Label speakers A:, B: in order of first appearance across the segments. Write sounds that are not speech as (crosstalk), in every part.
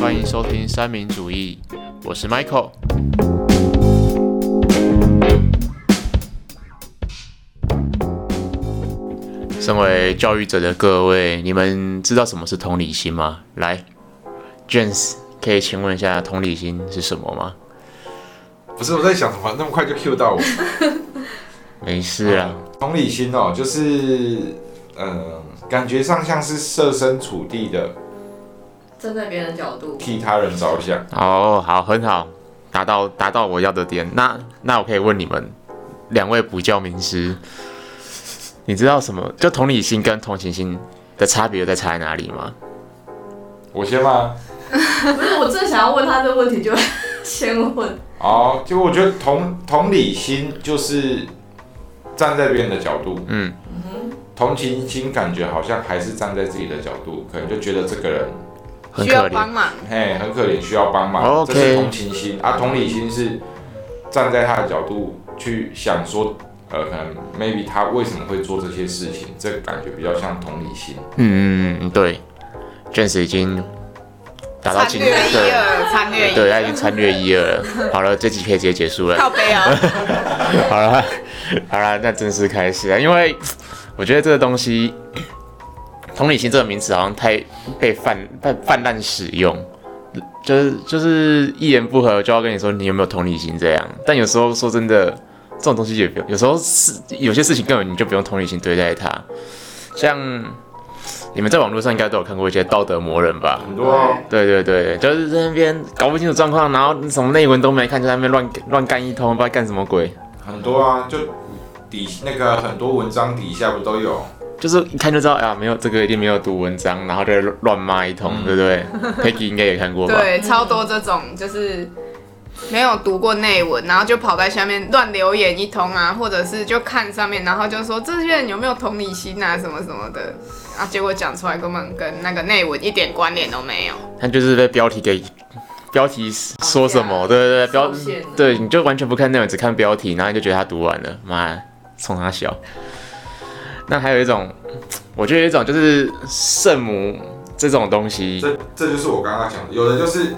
A: 欢迎收听三民主义，我是 Michael。身为教育者的各位，你们知道什么是同理心吗？来，James，可以请问一下同理心是什么吗？
B: 不是我在想什么，那么快就 Q 到我。
A: 没事啊，
B: 同理心哦，就是嗯，感觉上像是设身处地的
C: 站在别人的角度，
B: 替他人着想。
A: 哦，好，很好，达到达到我要的点。那那我可以问你们，两位补教名师，你知道什么？就同理心跟同情心的差别在差在哪里吗？
B: 我先吗？
C: 不是我正想要问他这个问题，就 (laughs) 先问。
B: 哦，就我觉得同同理心就是站在别人的角度，
A: 嗯，
B: 同情心感觉好像还是站在自己的角度，可能就觉得这个人
A: 很
D: 需要
A: 可怜
D: 帮。忙，
B: 嘿很可怜，需要帮忙。
A: OK
B: 这是同情心啊，同理心是站在他的角度去想说。呃，可能 maybe 他为什么会做这些事情，这感觉比较像同理心。
A: 嗯嗯嗯，对，James 已经达到
D: 参
A: 今
D: 略一
A: 对
D: 二，参略一二，
A: 对，他已经参略一二了。好了，这集可以直接结束了。
D: 靠背
A: (laughs)
D: 哦，
A: 好了， (laughs) 好了，那正式开始啊！因为我觉得这个东西，同理心这个名词好像太被泛泛泛滥使用，就是就是一言不合就要跟你说你有没有同理心这样。但有时候说真的，这种东西也不用，有时候是有些事情根本你就不用同理心对待它。像你们在网络上应该都有看过一些道德魔人吧？
B: 很多哦
A: 对对对，就是在那边搞不清楚状况，然后什么内文都没看，就在那边乱乱干一通，不知道干什么鬼。
B: 很多啊，就底那个很多文章底下不都有？
A: 就是一看就知道，哎呀，没有这个一定没有读文章，然后就乱骂一通，对不对？Peggy 应该也看过吧？
D: 对，超多这种就是没有读过内文，然后就跑在下面乱留言一通啊，或者是就看上面，然后就说这些人有没有同理心啊，什么什么的，啊，结果讲出来根本跟那个内文一点关联都没有。
A: 他就是被标题给标题说什么，对对对，标
C: 受限了
A: 对你就完全不看内容，只看标题，然后你就觉得他读完了，妈的，冲他笑。那还有一种，我觉得有一种就是圣母这种东西，
B: 这这就是我刚刚讲的，有的就是，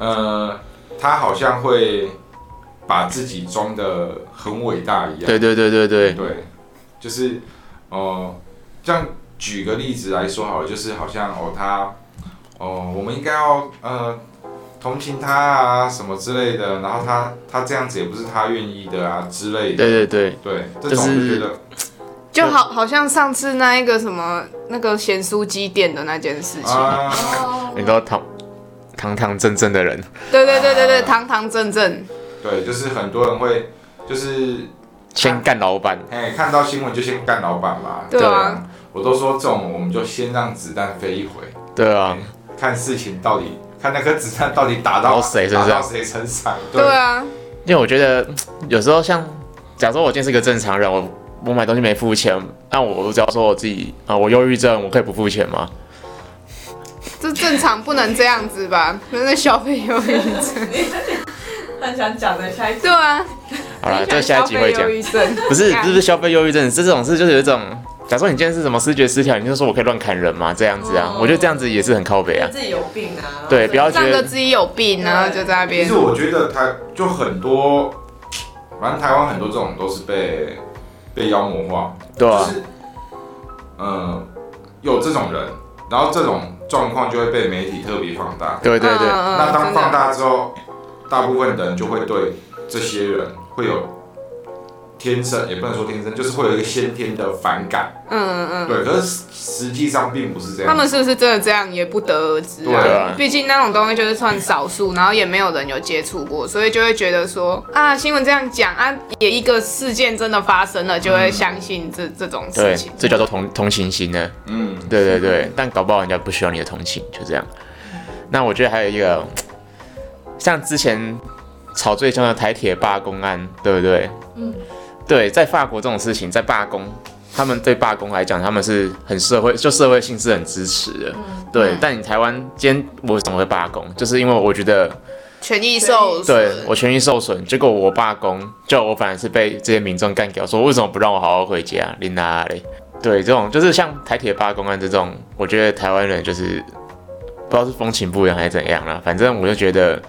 B: 呃，他好像会把自己装的很伟大一样。
A: 对对对对对，
B: 对就是哦、这样举个例子来说好了，就是好像哦他哦我们应该要呃同情他啊什么之类的，然后他他这样子也不是他愿意的啊之类的。
A: 对对对，
B: 对，这
A: 就
B: 种
A: 是
B: 就觉得
D: 就好，好像上次那一个什么那个咸酥鸡店的那件事情，
B: 啊，
C: 哦
A: 你知道堂堂堂正正的人，
D: 对对对对对，
B: 啊
D: 堂堂正正，
B: 对，就是很多人会就是
A: 先干老板，
B: 哎，看到新闻就先干老板嘛。
D: 对啊，
B: 我都说这种我们就先让子弹飞一回，
A: 对啊，
B: 看事情到底，看那颗子弹到底打
A: 打到
B: 到
A: 谁身上
B: 打到谁身上。
D: 对啊，
A: 因为我觉得嗯有时候像，假如说我今天是个正常人，我我买东西没付钱，那我只要说我自己啊、我忧郁症，我可以不付钱吗？
D: 这正常不能这样子吧？那是消费忧郁症。
C: 很想讲的下一次
D: 对啊，
A: 好了，
D: 影响
A: 这下一集会
D: 消
A: 讲
D: 费忧，郁症
A: 不是
D: 干
A: 不是消费忧郁症，这种事就是有一种，假如说你今天是什么视觉失调，你就说我可以乱砍人嘛，这样子啊，
C: 哦
A: 我觉得这样子也是很靠北啊
C: 就。自己有病啊。
A: 对不要
C: 讲。
D: 仗着自己有病，然后就在那
B: 其
D: 边
B: 实。我觉得台就很多，反正台湾很多这种都是被被妖魔化，
A: 对
B: 就
A: 啊，
B: 是嗯有这种人，然后这种状况就会被媒体特别放大。
A: 对对对，
D: 嗯
B: 那当放，
D: 嗯
B: 大之后，大部分的人就会对这些人会有天生，也不能说天生，就是会有一个先天的反感。
D: 真的嗯嗯嗯。
B: 对，可是实际上并不是这
D: 他
B: 样。
D: 们是不是真的这样也不得而知
B: 对
D: 啊。
A: 啊
D: 毕竟那种东西就是算少数，然后也没有人有接触过，所以就会觉得说啊，新闻这样讲啊，也一个事件真的发生了，就会相信这这种
A: 对
D: 事情，。
A: 这叫做同同情心呢。
B: 嗯，
A: 对对对，但搞不好人家不需要你的同情，就这样。那我觉得还有一个，像之前吵最凶的台铁罢工案，对不对？
C: 嗯，
A: 对，在法国这种事情，在罢工，他们对罢工来讲，他们是很社会，就社会性是很支持的。对，但你台湾今天我为什么会罢工，就是因为我觉得
D: 权益受损。
A: 对我权益受损，结果我罢工，就我反而是被这些民众干掉，说为什么不让我好好回家？琳达嘞，对，这种就是像台铁罢工案这种，我觉得台湾人就是不知道是风情不一样还是怎样啦，反正我就觉得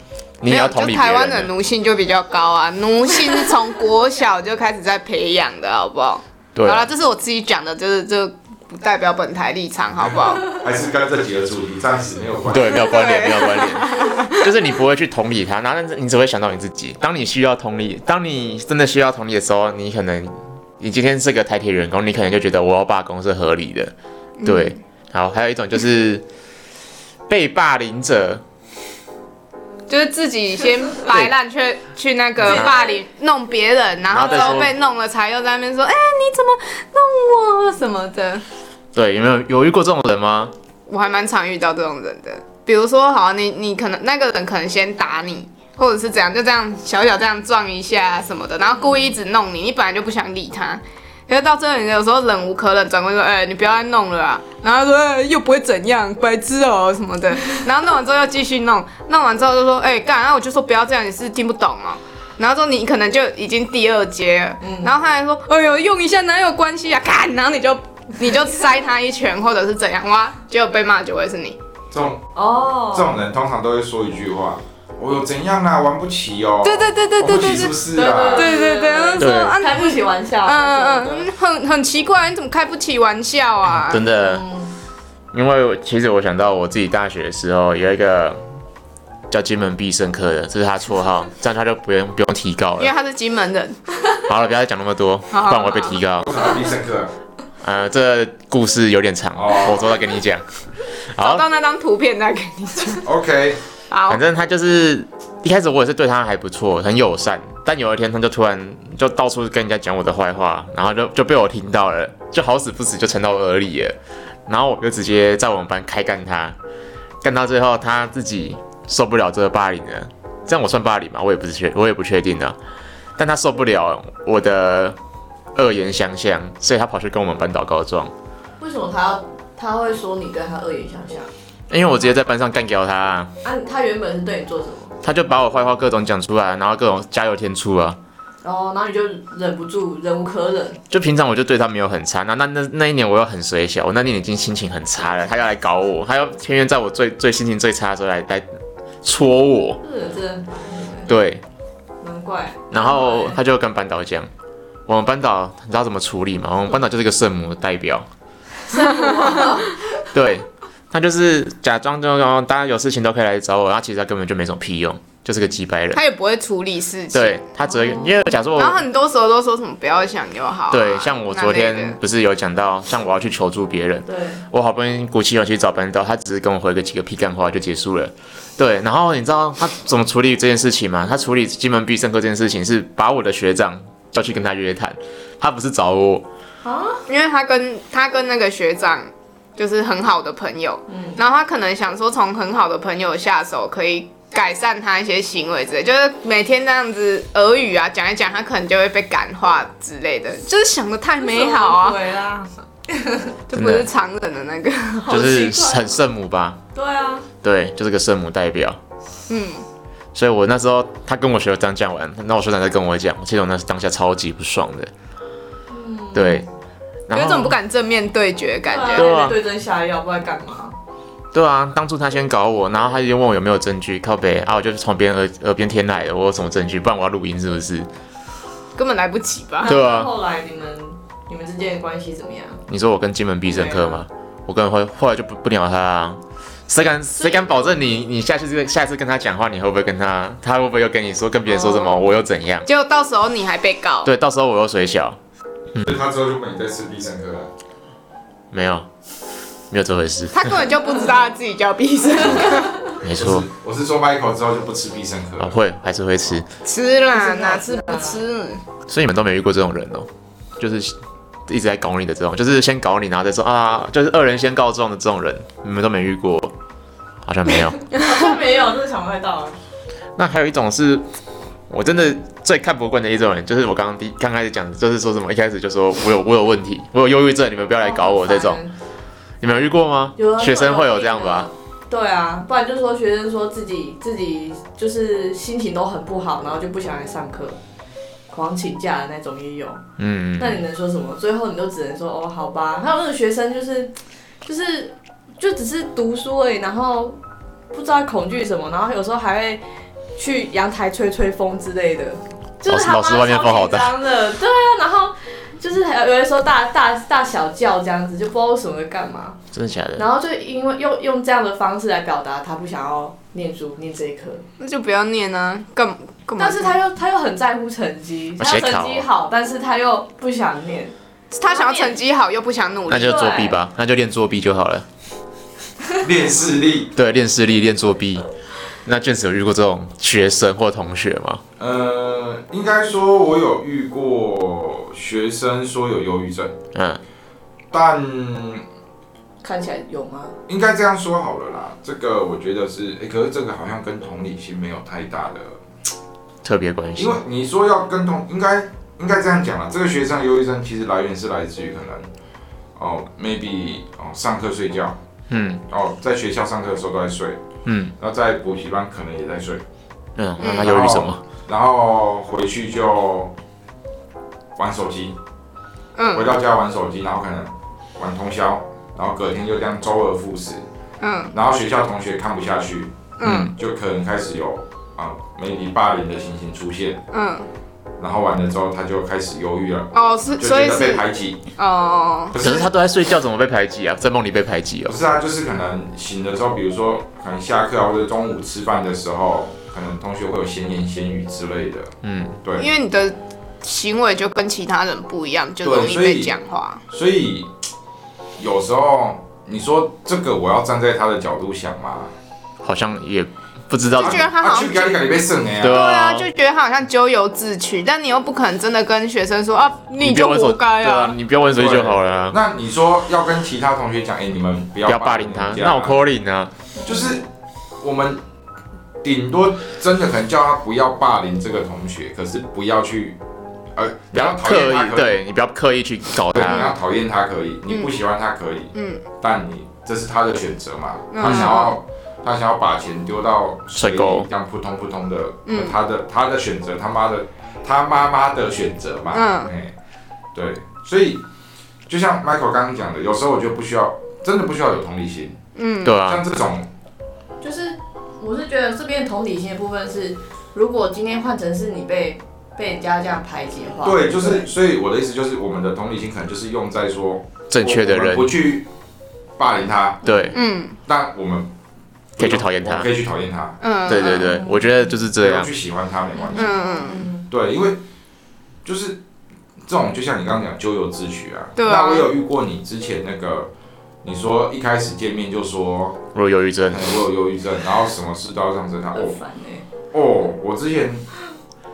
A: 你也要同
D: 没
A: 理
D: 有就
A: 别
D: 台湾
A: 人
D: 的
A: 啊。
D: 奴性就比较高啊，奴性是从国小就开始在培养的，好不好？
A: 对
D: 好
A: 啊
D: 了，，这是我自己讲的，就是这不代表本台立场，好不好？
B: 还是跟这几个主题暂时没有关系。
A: 对，没有关联，
D: 对
A: 没有关联，就是你不会去同理他，然后你只会想到你自己。当你需要同理，当你真的需要同理的时候，你可能你今天是个台铁员工，你可能就觉得我要罢工是合理的，
D: 嗯
A: 对。好，还有一种就是被霸凌者，
D: 就是自己先摆烂，去去那个霸凌弄别人，然后之后被弄了，才又在那边说，哎、你怎么弄我什么的。
A: 对，有没有有遇过这种人吗？
D: 我还蛮常遇到这种人的，比如说，好，你你可能那个人可能先打你，或者是怎样，就这样小小这样撞一下什么的，然后故意一直弄你，你本来就不想理他。可是到最后，你有时候忍无可忍，转过去说：“哎、你不要再弄了啊！”然后他说、哎又不会怎样，白痴哦、什么的。然后弄完之后又继续弄，弄完之后就说：“哎、干！”然后我就说：“不要这样，你是听不懂哦、然后之后你可能就已经第二阶了，然后他还说：“哎呦，用一下哪有关系啊？”干，然后你就你就塞他一拳，或者是怎样哇，结果被骂就会是你。
B: 这种
C: 哦，
B: 这种人通常都会说一句话：“我有怎样啦，玩不起哦。”
D: 对对对对对对
B: 玩不起是
D: 对
B: 不是啊？
D: 对对对，然后说
A: 对
D: 啊，
C: 开不起玩笑，
D: 嗯嗯
C: 嗯
D: 嗯，很很奇怪，你怎么开不起玩笑啊？
A: 真的，
C: 嗯，
A: 因为我其实我想到我自己大学的时候有一个叫金门必胜客的，这是他绰号，这样他就不用不用提高
D: 因为
A: 了。
D: 他是金门人，
A: 好了，不要再讲那么多，不
D: 好好
A: 然我会被提高。
B: 为什么必胜客？
A: 呃，这故事有点长，
B: 哦
D: (laughs)
A: 我之后再跟你讲。
D: 找
A: 好，
D: 到那张图片再给你讲。
B: OK，
D: 好
A: 反，正他就是一开始我也是对他还不错，很友善，但有一天他就突然就到处跟人家讲我的坏话，然后就就被我听到了，就好死不死就传到我耳里了，然后我就直接在我们班开干他，干到最后他自己受不了这个霸凌了，这样我算霸凌吗？我也不是确，我也不确定啊，但他受不了我的恶言相向，所以他跑去跟我们班祷告状。
C: 为什么他要他会说你跟他恶言相向？
A: 因为我直接在班上干掉他、啊，
C: 啊，他原本是对你做什么？
A: 他就把我坏话各种讲出来，然后各种加油添醋啊。
C: 然后，然后你就忍不住，忍无可忍，
A: 就平常我就对他没有很差，那那那那一年我又很水小，我那年已经心情很差了，他要来搞我，他要偏偏在我最最心情最差的时候来来戳我，
C: 这个人真的
A: 对，
C: 蛮怪。
A: 然后他就跟班导讲，我们班导你知道怎么处理吗？我们班导就是一个圣母代表，对，他就是假装就说大家有事情都可以来找我，他其实他根本就没什么屁用，就是个鸡掰人，
D: 他也不会处理事情。
A: 对他只会因为假设我
D: 哦然后很多时候都说什么不要想就好啊、
A: 对，像我昨
D: 那类
A: 天
D: 的
A: 不是有讲到，像我要去求助别人，
C: 对，
A: 我好不容易鼓起勇气找班导，他只是跟我回个几个屁干话就结束了。对，然后你知道他怎么处理这件事情吗？他处理金门必胜客这件事情是把我的学长叫去跟他约谈，他不是找我，
D: 因为他跟他跟那个学长就是很好的朋友，
C: 嗯
D: 然后他可能想说从很好的朋友下手可以。改善他一些行为之类，就是每天这样子俄语啊讲一讲，他可能就会被感化之类
C: 嗯
D: 的，就是想的太美好
C: 什么
D: 啊，
C: 鬼啦，
D: 就不是常人的那个，
C: 好
A: 就
C: 奇
A: 是
C: 怪
D: 哦
A: 很圣母吧？
C: 对啊，
A: 对，就是个圣母代表。
D: 嗯，
A: 所以我那时候他跟我学长讲完，那我学长在跟我讲，其实我那时当下超级不爽的。对，然
D: 嗯有一种
A: 后
D: 不敢正面对决的感觉。
A: 对啊
C: 对症下药，不知道干嘛。
A: 对啊，当初他先搞我，然后他就问我有没有证据，靠北啊，我就是从别人耳耳边贴来的，我有什么证据？不然我要录音是不是？
D: 根本来不及吧？
A: 对啊
C: 那后来你们你们之间的关系怎么样？ (laughs)
A: 你说我跟金门必胜客吗？我跟后后来就不不鸟他啊。谁敢谁敢保证你你下次这个下次跟他讲话，你会不会跟他他会不会又跟你说跟别人说什么、
C: 哦
A: 我又怎样？
D: 结果到时候你还被告，
A: 对，到时候我又水小，
B: 所以他之后就没再吃必胜客了。
A: 没有没有这回事，
D: 他根本就不知道他自己叫必胜
A: 没
B: 我
A: 错
B: 是我是说 Michael 之后就不吃必胜客
A: 啊
B: 了。
A: 会还是会吃，
C: (laughs)
D: 吃啦，哪吃不吃？
A: 所以你们都没遇过这种人哦，就是一直在搞你的这种，就是先搞你，然后再说啊，就是恶人先告状的这种人，你们都没遇过，好像
C: (laughs)
A: 没有。
C: 好像没有，真的想不太到啊。
A: 那还有一种是我真的最看不惯的一种人，就是我刚刚第刚开始讲的，就是说什么一开始就说我有我有问题，我有忧郁症，你们不要来搞我这种，
C: (laughs)
A: 你们有遇过吗
C: 有？啊
A: 学生会有这样吧？？
C: 对啊，不然就说学生说自己自己就是心情都很不好，然后就不想来上课，狂请假的那种也有。
A: 嗯，
C: 那你能说什么？最后你都只能说哦，好吧。还有那种学生就是就是就只是读书而已，然后不知道恐惧什么，然后有时候还会去阳台吹吹风之类的，就是他
A: 老师老师外面风好大
C: 超紧张的，对啊，然后就是还有的时候大大大小叫这样子，就不知道为什么会干嘛，
A: 真的假的？
C: 然后就因为用用这样的方式来表达他不想要念书念这一科，
D: 那就不要念啊，干干嘛？
C: 但是他又他又很在乎成绩，
A: 而
C: 他
A: 且
C: 成
A: 考啊
C: 绩好，但是他又不想念，
D: 他想要成绩好又不想努
A: 那
D: 力，
A: 就作弊吧，那就练作弊就好了。
B: 练视力，
A: 对，练视力，练作弊。那卷子有遇过这种学生或同学吗？
B: 呃，应该说我有遇过学生说有忧郁症，
A: 嗯，
B: 但
C: 看起来有吗？
B: 应该这样说好了啦。这个我觉得是，哎、可是这个好像跟同理心没有太大的
A: 特别关系
B: 因为。你说要跟同，应该应该这样讲啦。这个学生的忧郁症其实来源是来自于可能哦，maybe 哦上课睡觉，
A: 嗯
B: 哦在学校上课的时候都在睡，
A: 嗯
B: 然后在补习班可能也在睡，
A: 嗯，那
D: 嗯
A: 他忧郁什么？
B: 然后回去就玩手机，回
D: 嗯
B: 到家玩手机，然后可能玩通宵，然后隔天就这样周而复始，
D: 嗯
B: 然后学校同学看不下去，
D: 嗯
B: 就可能开始有啊 maybe 霸凌的情形出现，
D: 嗯，
B: 然后完了之后他就开始忧郁了，
D: 哦，是
B: 就
D: 所
B: 觉
D: 以
B: 得被
D: 是
B: 排挤。
D: 哦，
B: 可
A: 可是他都在睡觉，怎么被排挤啊？在梦里被排挤
B: 不
A: 哦。
B: 是啊，就是可能醒的时候，比如说可能下课啊，或者中午吃饭的时候，可能同学会有闲言闲语之类的。
A: 嗯，
B: 对，
D: 哦因为你的行为就跟其他人不一样，就容易
B: 对所以
D: 被讲话。
B: 所以有时候你说这个，我要站在他的角度想嘛，
A: 好像也不知道
D: 就。觉得他
B: 啊
D: 好像
B: 去咖喱咖喱被剩哎
A: 对
B: 呀，
D: 对啊，
A: 啊
D: 就觉得他好像咎由自取，但你又不可能真的跟学生说啊，你
A: 不要
D: 就
A: 玩手
D: 活该
A: 对啊，
D: 啊。
A: 你不要玩手机就好了啊。
B: 那你说要跟其他同学讲，哎、你们不
A: 不要
B: 要
A: 霸凌他，
B: 人家
A: 那我 calling 啊。
B: 就是我们顶多真的可能叫他不要霸凌这个同学，可是不要去，呃，
A: 不要
B: 讨
A: 刻
B: 厌他
A: 意，
B: 可以
A: 对你不要刻意去搞
B: 对，啊你要
A: 他。
B: 讨厌他可以，你不喜欢他可以，
D: 啊嗯，
B: 但你这是他的选择嘛，
D: 嗯
B: 他想要他想要把钱丢到
A: 水
B: 水里
A: 沟
B: 这样扑通扑通的，
D: 嗯
B: 他的他的选择，他妈的他妈妈的选择嘛，
D: 嗯
B: 哎对，所以就像 Michael 刚刚讲的，有时候我觉得不需要，真的不需要有同理心，
D: 嗯，
A: 对啊，
B: 像这种
C: 就是我是觉得这边同理心的部分是，如果今天换成是你被被人家这样排挤的话，
B: 对，就是所以我的意思就是，我们的同理心可能就是用在说
A: 正确的
B: 我们
A: 人
B: 不，去霸凌他，
A: 对
D: 嗯
B: 但我们
A: 可以去讨厌他
B: 我们可以去讨厌他，
D: 嗯，
A: 对对对
C: 嗯，
A: 我觉得就是
B: 不
A: 这
D: 啊
B: 要
A: 样。
B: 去喜欢他没关系。
D: 嗯嗯
C: 嗯，
B: 对，因为就是这种，就像你刚刚讲咎由自取啊。
D: 对啊
B: 那我有遇过你之前那个，你说一开始见面就说、
A: 我有忧郁
B: 哎
A: 症，
B: 我有忧郁症，然后什么事都要上升他。
C: 很
B: 哦
C: 烦
A: 欸
C: 哎、
B: 哦，我之前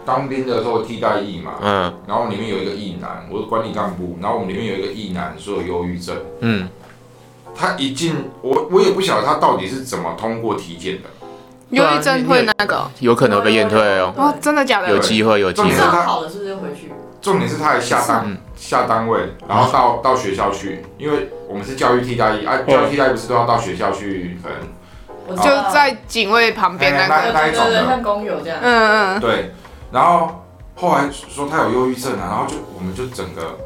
B: 当兵的时候替代役嘛，
A: 嗯
B: 然后里面有一个役男，我是管理干部，然后我们里面有一个役男说有忧郁症，
A: 嗯，
B: 他一进我我也不晓得他到底是怎么通过体检的，
D: 忧
A: 啊
D: 郁症会那个
A: 有可能会被验退哦，
D: 哦，真的假
A: 有
D: 的？
A: 机会，有机
B: 重
A: 会
B: 点。
C: 上好了是不是就回去？
B: 重点是他还下单、
A: 嗯
B: 下单位，然后到、到学校去，因为我们是教育替代役啊，教育替代役不是都要到学校去，可能
C: 我知
D: 就
C: 道
D: 在警卫旁边那
B: 哎
C: 对
D: 个，
B: 那
C: 对
B: 一种
C: 对
B: 的
C: 对，像工友
B: 哎
C: 这样，
D: 嗯嗯
B: 对，然后后来说他有忧郁症啊，然后就我们就整个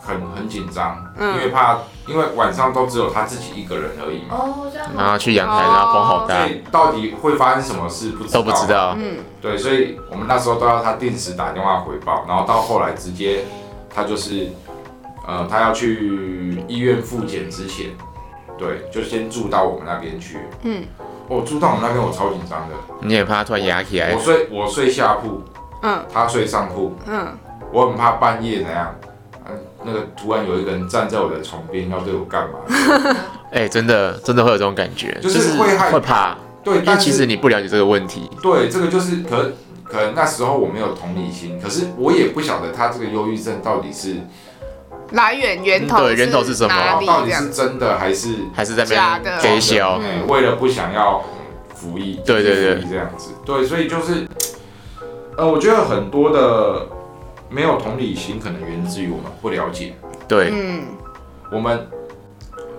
B: 很很紧张，
D: 嗯
B: 因为怕，因为晚上都只有他自己一个人而已嘛，
C: 哦这样
A: 然后
C: 好，
A: 去阳台，
D: 哦
A: 然后风好
B: 所
A: 大，
B: 以到底会发生什么事不知
A: 嗯
B: 道，
A: 都不知，道。
D: 嗯
B: 对，所以我们那时候都要他定时打电话回报，然后到后来直接他就是，呃，他要去医院复检之前，对，就先住到我们那边去。
D: 嗯
B: 哦，住到我们那边我超紧张的，
A: 你也怕他突然压起来
B: 我，睡我睡下铺，
D: 嗯
B: 他睡上铺，
D: 嗯，
B: 我很怕半夜怎样，呃那个突然有一个人站在我的床边要对我干嘛？
A: 哎，真的真的会有这种感觉，就
B: 就
A: 是是
B: 会害怕
A: 会怕，
B: 对，
A: (laughs) 因为
B: 但
A: 其
B: 是
A: 实你不了解这个问题，
B: 对这个就是可可能那时候我没有同理心，可是我也不晓得他这个忧郁症到底是
D: 来源源头
A: 嗯对源头是什么
D: 哪里
B: 哦到
D: 这
B: 底
D: 样呃
B: 是？真的还是
A: 还是在
D: 假
A: 那
D: 的
A: 边给小
B: 哎为了不想要嗯服役，
A: 对对对
B: 服役这样子，对，所以就是，呃，我觉得很多的没有同理心，可能源自于我们不了解，
A: 对，
D: 嗯
B: 我们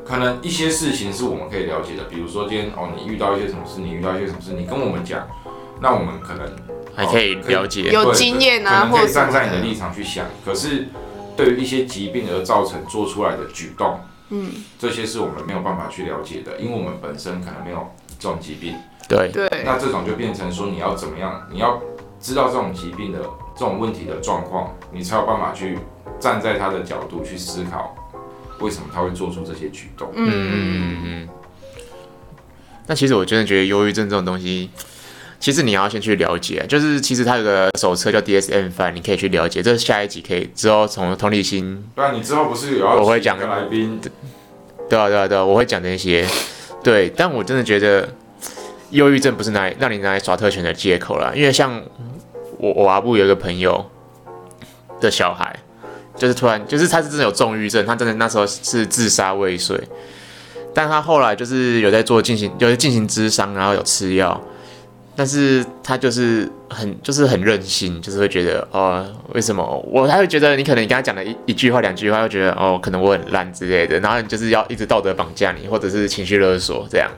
B: 可能一些事情是我们可以了解的，比如说今天哦，你遇到一些什么事，你遇到一些什么事，你跟我们讲，那我们哦可能
A: 还可以了解。
D: 有
B: 对
D: 经验啊
B: 可能可
D: 或
B: 以
D: 者什
B: 站
D: 么的
B: 在你的立场去想，可是对于一些疾病而造成做出来的举动。
D: 嗯
B: 这些是我们没有办法去了解的，因为我们本身可能没有这种疾病。
A: 对，
D: 对，
B: 那这种就变成说你要怎么样，你要知道这种疾病的这种问题的状况，你才有办法去站在他的角度去思考，为什么他会做出这些举动。
D: 嗯，
A: 嗯，那其实我真的觉得忧郁症这种东西，其实你要先去了解，就是其实它有个手册叫 DSM 5你可以去了解。这下一集可以之后从同理心，
B: 不然你之后不是有要
A: 我会
B: 请一个
A: 讲
B: 来宾，
A: 对啊对啊对啊，我会讲这些。对，但我真的觉得忧郁症不是拿来让你拿来耍特权的借口啦，因为像我我阿布有一个朋友的小孩，就是突然就是他是真的有重郁症，他真的那时候是自杀未遂，但他后来就是有在做进行，有在进行智商，然后有吃药，但是他就是很就是很任性，就是会觉得哦，为什么我他会觉得你可能你跟他讲了一一句话两句话，会觉得哦，可能我很烂之类的，然后你就是要一直道德绑架你，或者是情绪勒索这样，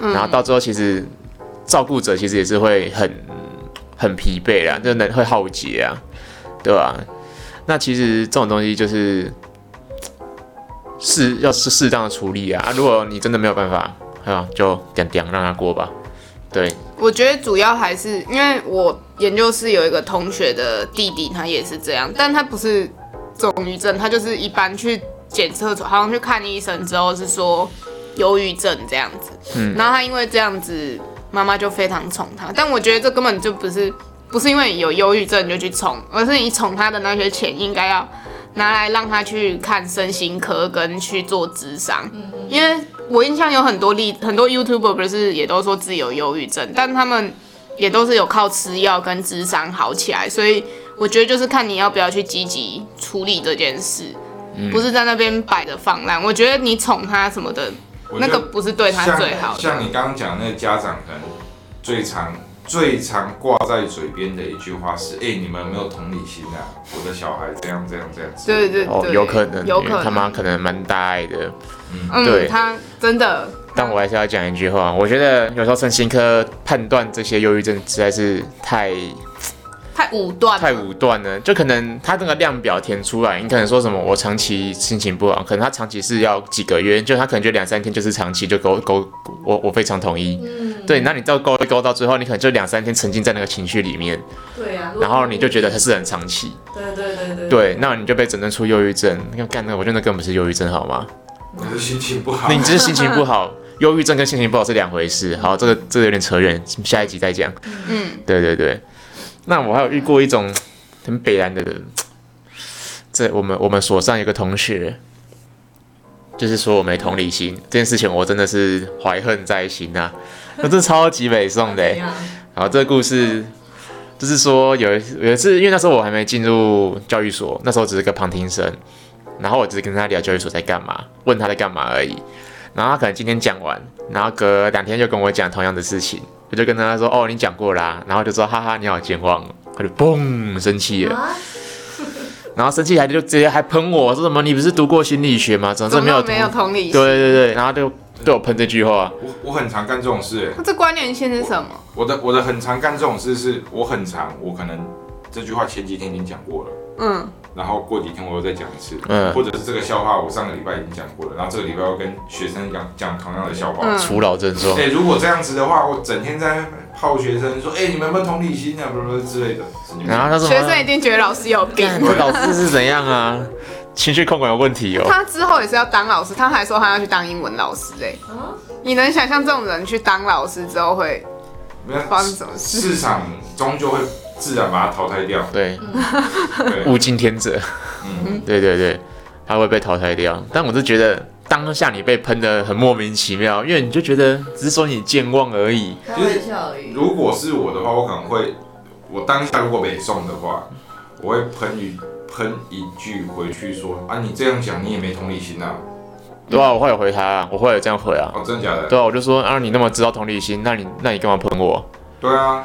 A: 然后到最后其实照顾者其实也是会很很疲惫啦，就能会耗竭啊，对吧、那其实这种东西就是适要是适当的处理啊啊！如果你真的没有办法，啊，就点点让他过吧。对，
D: 我觉得主要还是因为我研究室有一个同学的弟弟，他也是这样，但他不是重郁症，他就是一般去检测出，好像去看医生之后是说忧郁症这样子。嗯，然后他因为这样子，妈妈就非常宠他，但我觉得这根本就不是不是因为有忧郁症你就去宠，而是你宠他的那些钱应该要拿来让他去看身心科跟去做智商，因为我印象有很多例，很多 YouTuber 不是也都说自己有忧郁症，但他们也都是有靠吃药跟智商好起来，所以我觉得就是看你要不要去积极处理这件事，
A: 嗯
D: 不是在那边摆着放烂。我觉得你宠他什么的，
B: 我
D: 那
B: 觉得
D: 个不是对他最好
B: 像
D: 的。
B: 像你刚刚讲的那个家长，可能最常最常挂在嘴边的一句话是：“哎、你们有没有同理心啊？我的小孩这样这样这样。”
D: 对对
A: 哦，
D: 对，
A: 有可能，
D: 有
A: 因
D: 可
A: 为他妈
D: 能。
A: 可能蛮大爱的。对
D: 嗯，他真的，
A: 但我还是要讲一句话，我觉得有时候身心科判断这些忧郁症实在是太
D: 太武断，
A: 太，武断了，就可能他这个量表填出来，你可能说什么我长期心情不好，可能他长期是要几个月，就他可能就两三天就是长期就勾勾，我我非常同意。
C: 嗯，
A: 对，那你到勾一勾到最后，你可能就两三天沉浸在那个情绪里面，
C: 对啊，
A: 然后你就觉得它是很长期，
C: 对对对对
A: 对，那你就被诊断出忧郁症。那干那个我真的根本不是忧郁症好吗？
B: 我的心情不好
A: 那，你只是心情不好，忧郁症跟心情不好是两回事。好，这个这个有点扯远，下一集再讲。
D: 嗯，
A: (laughs) 对对对，那我还有遇过一种很北然的人，这我们我们所上有个同学，就是说我没同理心这件事情，我真的是怀恨在心啊，我真的超级北宋的、欸。
C: 怎样
A: 然后这个故事就是说有一有一次，因为那时候我还没进入教育所，那时候只是个旁听生，然后我只是跟他聊教育所在干嘛，问他在干嘛而已。然后他可能今天讲完，然后隔两天就跟我讲同样的事情，我就跟他说：“哦，你讲过啦、然后就说：“哈哈，你好健忘。”哦他就嘣生气了，
C: 啊？
A: 然后生气还就直接还喷我说什么：“你不是读过心理学吗？怎么这
D: 怎
A: 么没
D: 么
A: 有
D: 没有同理
A: 对
D: 心？
A: 对对，然后就对我喷这句话，
B: 我我很常干这种事、欸
D: 那这关联性是什么？
B: 我的我的很常干这种事是，我很常，我可能这句话前几天已经讲过了，
D: 嗯，
B: 然后过几天我又再讲一次，
A: 嗯
B: 或者是这个笑话我上个礼拜已经讲过了，然后这个礼拜要跟学生讲讲同样的笑话。
D: 嗯
A: 除老症状
D: (laughs)
B: 哎、。如果这样子的话，我整天在泡学生说，哎、你们有没有同理心啊，不不不之类的。神经病
A: 然后他说：“
D: 学生一定觉得老师有病。
A: 干这老师是怎样啊？情绪控管有问题哦。
D: 他之后也是要当老师，他还说他要去当英文老师哎、
C: 啊
D: 你能想象这种人去当老师之后会
B: 没有
D: 发生什么事？
B: 市场终究会自然把它淘汰掉。
A: 对，
B: 对，
A: 物竞天择。
B: 嗯，
A: 对对对，他会被淘汰掉。但我是觉得当下你被喷的很莫名其妙，因为你就觉得只是说你健忘而已。
C: 开玩笑而已。
B: 如果是我的话，我可能会，我当下如果北宋的话，我会喷一喷一句回去说，啊，你这样讲你也没同理心啊。
A: 对啊，我会有回他、啊，我会有这样回啊。
B: 哦，真的假的？
A: 对啊，我就说啊，你那么知道同理心，那你那你干嘛喷我？
B: 对
A: 而
B: 啊，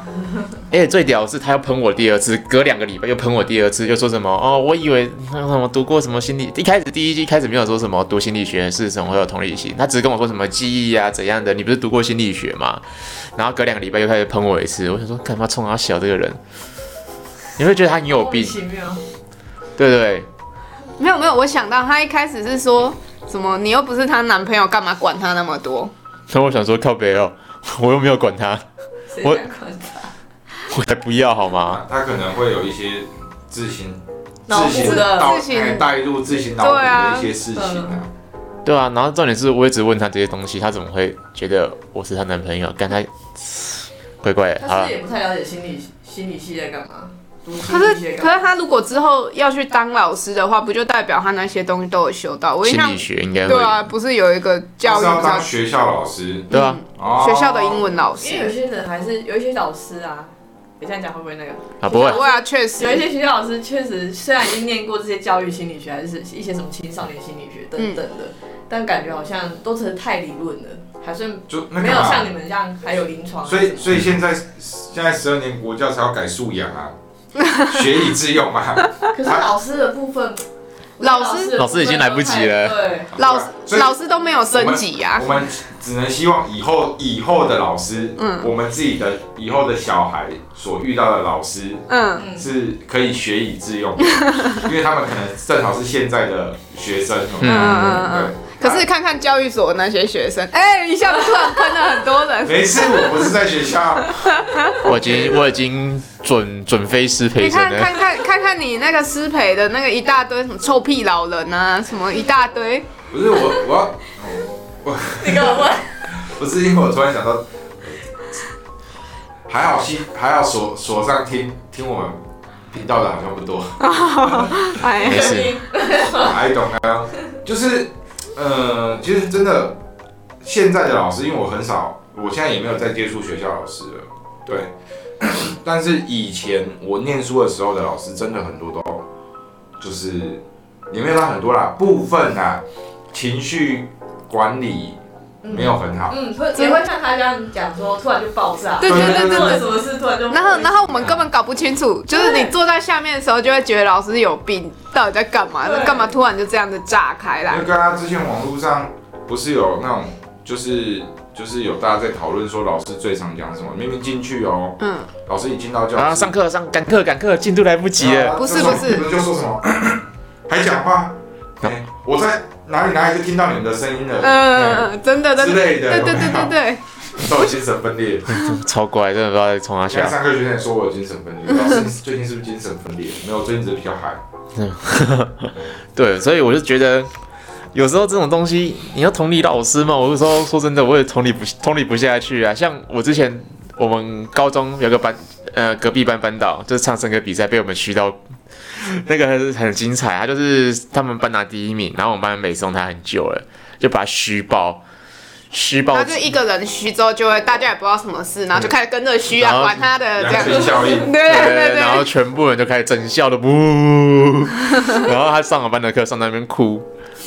A: 哎且最屌的是，他要喷我第二次，隔两个礼拜又喷我第二次，又说什么哦，我以为那个什么读过什么心理，一开始第一一开始没有说什么读心理学是什么会有同理心，他只是跟我说什么记忆啊怎样的，你不是读过心理学吗？然后隔两个礼拜又开始喷我一次，我想说干嘛冲他小这个人，你会觉得他很有
C: 莫名
A: 病，
C: 其妙，
A: 对不对？
D: 没有没有，我想到他一开始是说什么，你又不是她男朋友，干嘛管他那么多？
A: 那我想说靠北哦，我又没有管他，
C: 谁
A: 我
C: 想管他？
A: 我才不要好吗？
B: 啊，他可能会有一些自行
C: 脑
B: 自
C: 补
B: 行
C: 的，
B: 导
D: 自行
B: 哎带入自行脑补
D: 对啊
B: 的一些事情啊。
A: 对啊，然后重点是我一直问他这些东西，他怎么会觉得我是她男朋友？刚才怪怪的，好
C: 他是不
A: 了
C: 是，也不太了解心理心理系在干嘛？读心
D: 可
C: 理
D: 是，
C: 系在干
D: 可
C: 嘛？
D: 是他如果之后要去当老师的话，不就代表他那些东西都有修到？我印
A: 心
D: 象
A: 理学应该会
D: 对，啊，不是有一个
B: 他
D: 教
B: 是
D: 育
B: 要当
D: 教
B: 学校老师，
A: 对
D: 嗯
A: 啊，
B: 哦
D: 学校的英文老
C: 因为有
D: 师，
C: 些人还是有一些老师啊，你这样讲会不会那个？
A: 啊不会
D: 对啊，确实
C: 有一些学校老师确实虽然已经念过这些教育心理学，还是一些什么青少年心理学等等的，
D: 嗯
C: 但感觉好像都只是太理论了，还是
B: 就那
C: 没
B: 个
C: 有
B: 嘛
C: 像。你们这样还有临床。啊
B: 所以，所以现在现在十二年国教才要改素养啊，学以致用嘛。
C: 可
B: 啊
C: 是老师的部分，
D: 老师
C: 我觉得的部分
A: 老师已经来不及了
C: 对，
D: 老
B: 啊所以
D: 老师都没有升级啊呀、
B: 我们只能希望以后以后的老师，
D: 嗯
B: 我们自己的以后的小孩所遇到的老师
D: 嗯，
C: 嗯
B: 是可以学以致用的，因为他们可能正好是现在的学生。
A: 嗯
D: 嗯
B: 嗯
D: 可是看看教育所那些学生，哎、一下子突然喷了很多人。
B: 没事，我不是在学校，
A: 我已经我已经准准飞师培
D: 你
A: 生
D: 看
A: 了，
D: 看看看看你那个师培的那个一大堆什么臭屁老人啊，什么一大堆，
B: 不是我，我要
C: 那个问
B: 不是因为我突然想到，呃还好西还好所所上听听我们频道的好像不多。
D: 哎
A: 没，事
B: I don't know，就是，呃，其实真的，现在的老师，因为我很少，我现在也没有在接触学校老师了，对。 (coughs) 但是以前我念书的时候的老师，真的很多都，就是也没有到很多啦，部分啦，情绪管理没有很好，
C: 嗯，会也会像他这样讲说，突然就爆炸，
D: 对
B: 对对对
C: 做了什么事突然就，
D: 然后然后我们根本搞不清楚，就是你坐在下面的时候就会觉得老师有病，到底在干嘛？
C: 对
D: 干嘛突然就这样子炸开
B: 因
D: 来
B: 为？刚刚之前网络上不是有那种，就是就是有大家在讨论说老师最常讲什么，明明进去哦，
D: 嗯，
B: 老师一进到教室，啊
A: 啊，上课上赶课赶课，进度来不及了，
D: 不是
B: 就说
D: 不
B: 你
D: 是
B: 们就说什么， (coughs) 还讲话？哎我在哪里哪里就听到你们的声音了，哎
D: 嗯嗯嗯，真的
B: 之
D: 真的，
B: 类的，
D: 对对对对对，
B: 对，都有精神分裂。
A: 超乖，真的不知道在冲他
B: 现在
A: 笑。
B: 上课学生也说我有精神分裂，
D: (laughs)
B: 老师你最近是不是精神分裂？没有，最近只是比较嗨。
A: (laughs) 对，所以我就觉得。有时候这种东西，你要同理老师嘛？我有时候说真的，我也同理不同理不下去啊。像我之前，我们高中有个班，呃，隔壁班班导就是唱生歌比赛被我们虚到，那个很很精彩。啊他就是他们班拿第一名，然后我们班北送他很久了，就把他虚爆，虚爆
D: 然后就一个人虚之后，就会大家也不知道什么事，然后就开始跟着虚
A: 然
D: 啊，
A: 后
D: 管他的这样
B: 羊
D: 子。
B: 群效
D: 对啊
B: 应，
D: (laughs) 对对，
A: 嗯然后全部人就开始整笑的不， (laughs) 然后他上了班的课上在那边哭，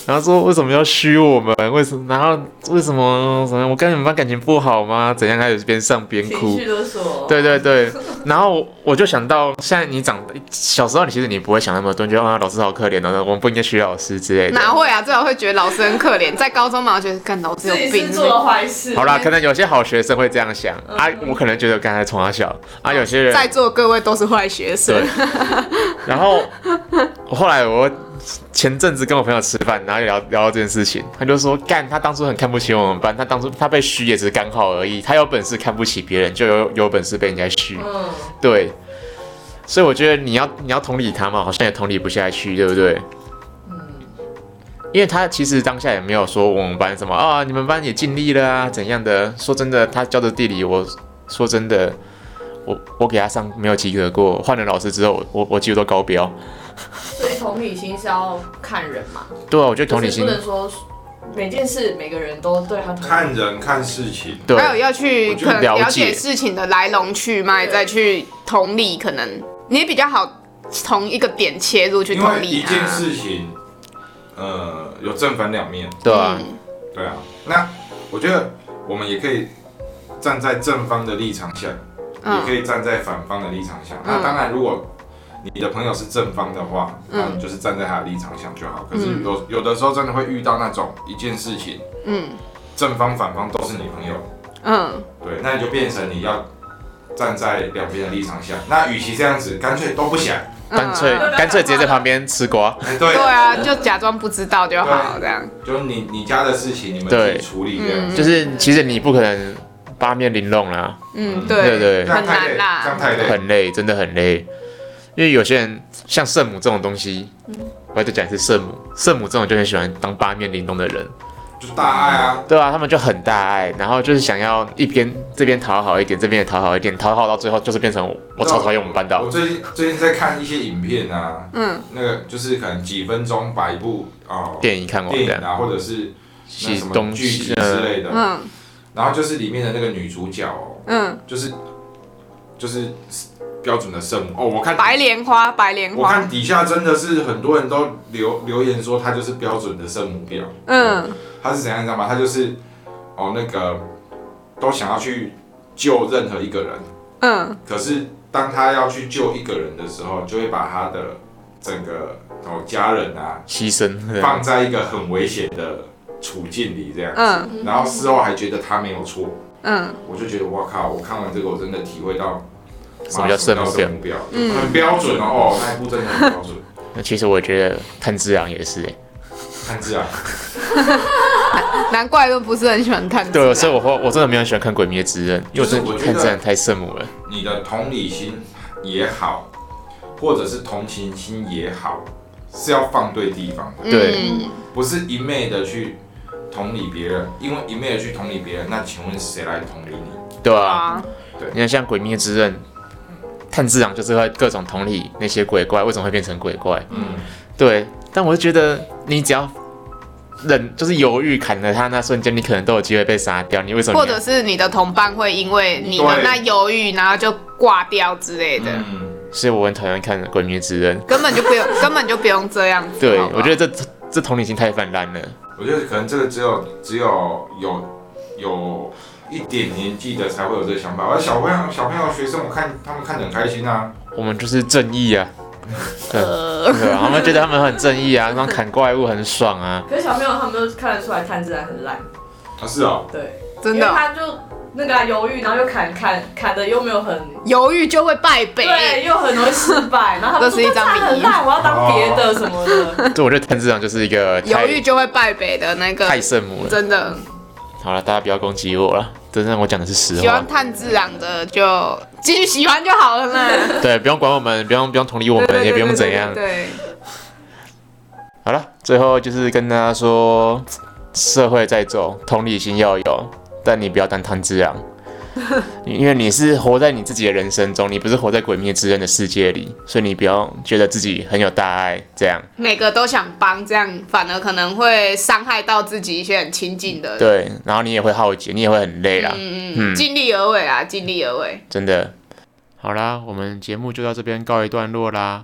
A: 然后说为什么要虚我们？为什么？然后为什么？什么？我跟你们班感情不好吗？怎样？开始边上边
C: 情
A: 哭
C: 绪。勒索，
A: 对对对，然后我就想到，现在你长小时候，你其实你不会想那么多，你觉得啊老师好可怜哦，我们不应该虚老师之类的。
D: 哪会啊？最后会觉得老师很可怜，在高中嘛，我觉得干老师有
C: 自己
D: 病
C: 是。做了坏事，
A: 好啦，可能有些好学生会这样想啊，我可能觉得刚才从他小啊，有些人
D: 在座各位都是坏学生
A: 对，然后我后来我前阵子跟我朋友吃饭，然后聊聊到这件事情，他就说干，他当初很看不起我们班，他当初他被虚也只是刚好而已，他有本事看不起别人，就有有本事被人家虚，
C: 嗯，
A: 对。所以我觉得你要你要同理他嘛，好像也同理不下去，对不对？因为他其实当下也没有说我们班什么啊，你们班也尽力了啊，怎样的。说真的，他教的地理，我说真的，我我给他上没有及格过，换了老师之后，我我我几乎都高标。
C: 所以同理心是要看人嘛，
A: 对啊，我觉得同理
C: 就是
A: 心
C: 不，能说每件事每个人都对他同理
B: 看人看事情，
A: 对啊
D: 还有要去
B: 我觉
D: 可
A: 得
D: 能了
A: 了解
D: 解事情的来龙去脉，
C: 对
D: 再去同理，可能你也比较好从一个点切入去
B: 因
D: 同
B: 为
D: 理
B: 一
D: 啊。
B: 件事情，呃，有正反两面。
A: 对啊，
D: 嗯
B: 对啊，那我觉得我们也可以站在正方的立场想，也可
D: 嗯，
B: 以站在反方的立场想。那当然，如果你的朋友是正方的话，
D: 嗯
B: 那你就是站在他的立场想就好。可是有有的时候真的会遇到那种一件事情，
D: 嗯，
B: 正方反方都是你朋友，
D: 嗯，
B: 对，
D: (laughs)
B: 那你就变成你要站在两边的立场想。那与其这样子，干脆都不想，
A: 干脆
D: 嗯
A: 干脆直接在旁边吃瓜。
B: 哎对
D: 对，啊，就假装不知道就好，这样。
B: 就是你你家的事情你们自
A: 对
B: 己处理这样子，
A: 就是其实你不可能八面玲珑啦，
D: 嗯，
A: 对
D: 对
A: 对
B: 这样太
D: 很
B: 累，
D: 难啦
B: 这样太累。
A: 很累，真的很累。因为有些人像圣母这种东西，我再讲一次圣母，圣母这种就很喜欢当八面玲珑的人，
B: 就大爱啊，
A: 对啊，他们就很大爱，然后就是想要一边这边讨好一点，这边也讨好一点，讨好到最后就是变成我超讨厌我们班啊导
B: 我，最近最近在看一些影片啊，
D: 嗯，
B: 那个就是可能几分钟把一部哦
A: 电影看完
B: 电
A: 这
B: 影
A: 样，
B: 啊，或者是那
A: 其
B: 什么
A: 东
B: 剧集
A: 西
B: 之
A: 呃，
B: 类的，
D: 嗯
B: 然后就是里面的那个女主角哦，
D: 嗯，
B: 就是就是标准的圣母哦，我看
D: 白莲花，白莲
B: 我
D: 花
B: 看，底下真的是很多人都留留言说她就是标准的圣母婊，
D: 嗯
B: 她是怎样你知道吗？她就是哦那个都想要去救任何一个人，
D: 嗯
B: 可是当她要去救一个人的时候，就会把她的整个哦家人啊
A: 呃牺牲，对
B: 放在一个很危险的处境里这样，
D: 嗯
B: 然后事后还觉得她没有错，
D: 嗯，
B: 我就觉得哇靠！我看完这个，我真的体会到
A: 什么叫圣母
B: 妈
A: 婊
B: 什么目标，
D: 嗯
B: 很标准哦，哦那一部真的很标准。
A: 那其实我觉得炭治郎也是、欸，
B: 看字啊，
D: 难怪都不是很喜欢看。
A: 对，所以我会我真的没有很喜欢看《鬼灭之刃》，因为我真的
B: 就是我觉
A: 看
B: 得
A: 真的太圣母了。
B: 你的同理心也好，或者是同情心也好，是要放对地方的，
A: 对
D: 嗯，
B: 不是一昧的去同理别人，因为一昧的去同理别人，那请问谁来同理你？
A: 对
D: 对
A: 啊，
D: 啊，
A: 你看像《鬼灭之刃》，炭治郎就是会各种同理那些鬼怪为什么会变成鬼怪，
B: 嗯，
A: 对。但我就觉得你只要忍，就是犹豫砍了他那瞬间，你可能都有机会被杀掉。你为什么
D: 或
A: 你要？
D: 者是你的同伴会因为你的
B: 对
D: 那犹豫，然后就挂掉之类的，
B: 嗯，
A: 所以我很讨厌看《鬼灭之刃》。
D: 根本就不用， (laughs) 根本就不用这样子。
A: 对
D: 好，不好
A: 我觉得这这同理心太泛滥了。
B: 我觉得可能这个只有只有有有一点年纪的才会有这个想法，而小朋友小朋友学生，我看他们看得很开心啊，
A: 我们就是正义啊，
D: 呃，
A: 对啊，他们觉得他们很正义啊，然后砍怪物很爽啊。
C: 可是小朋友他们都看得出来炭治郎很烂，
B: 啊是哦，
C: 对，
D: 真
C: 因为
D: 的
C: 他就那个啊犹豫，然后又砍砍砍的又没有很。
D: 犹豫就会败北。
C: 对，又很容易失败，然后他们
D: 这是一
C: 说
D: 张
C: 这很烂，我要当别的什么的。
A: 对，我觉得炭治郎就是一个太
D: 犹豫就会败北的那个，
A: 太圣母了。
D: 真的
A: 好了，大家不要攻击我了，真正我讲的是实
D: 喜
A: 话
D: 欢。炭治郎的就 (laughs) 继续喜欢就好了嘛。
A: 对，不用管我们，不用不用同理我
D: 对对
A: 们，也
D: 对
A: 不用怎
D: 对
A: 样。
D: 对，
A: 好了，最后就是跟大家说，社会在走，同理心要有，但你不要当贪之
D: (laughs)
A: 狼，因为你是活在你自己的人生中，你不是活在鬼灭之刃的世界里，所以你不要觉得自己很有大爱这样。
D: 每个都想帮，这样反而可能会伤害到自己一些很亲近的人。
A: 对，然后你也会耗竭，你也会很累啦，
D: 嗯
A: 嗯
D: 嗯，尽力而为啊，尽力而为。
A: 真的。好啦，我们节目就到这边告一段落啦。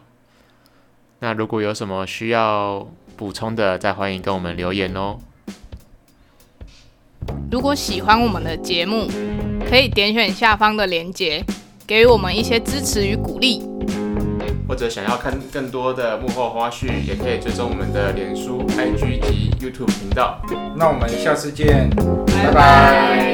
A: 那如果有什么需要补充的，再欢迎跟我们留言哦。
D: 如果喜欢我们的节目，可以点选下方的链接，给予我们一些支持与鼓励。
A: 或者想要看更多的幕后花絮，也可以追踪我们的脸书、IG 及 YouTube 频道。
B: 那我们下次见，拜
D: 拜拜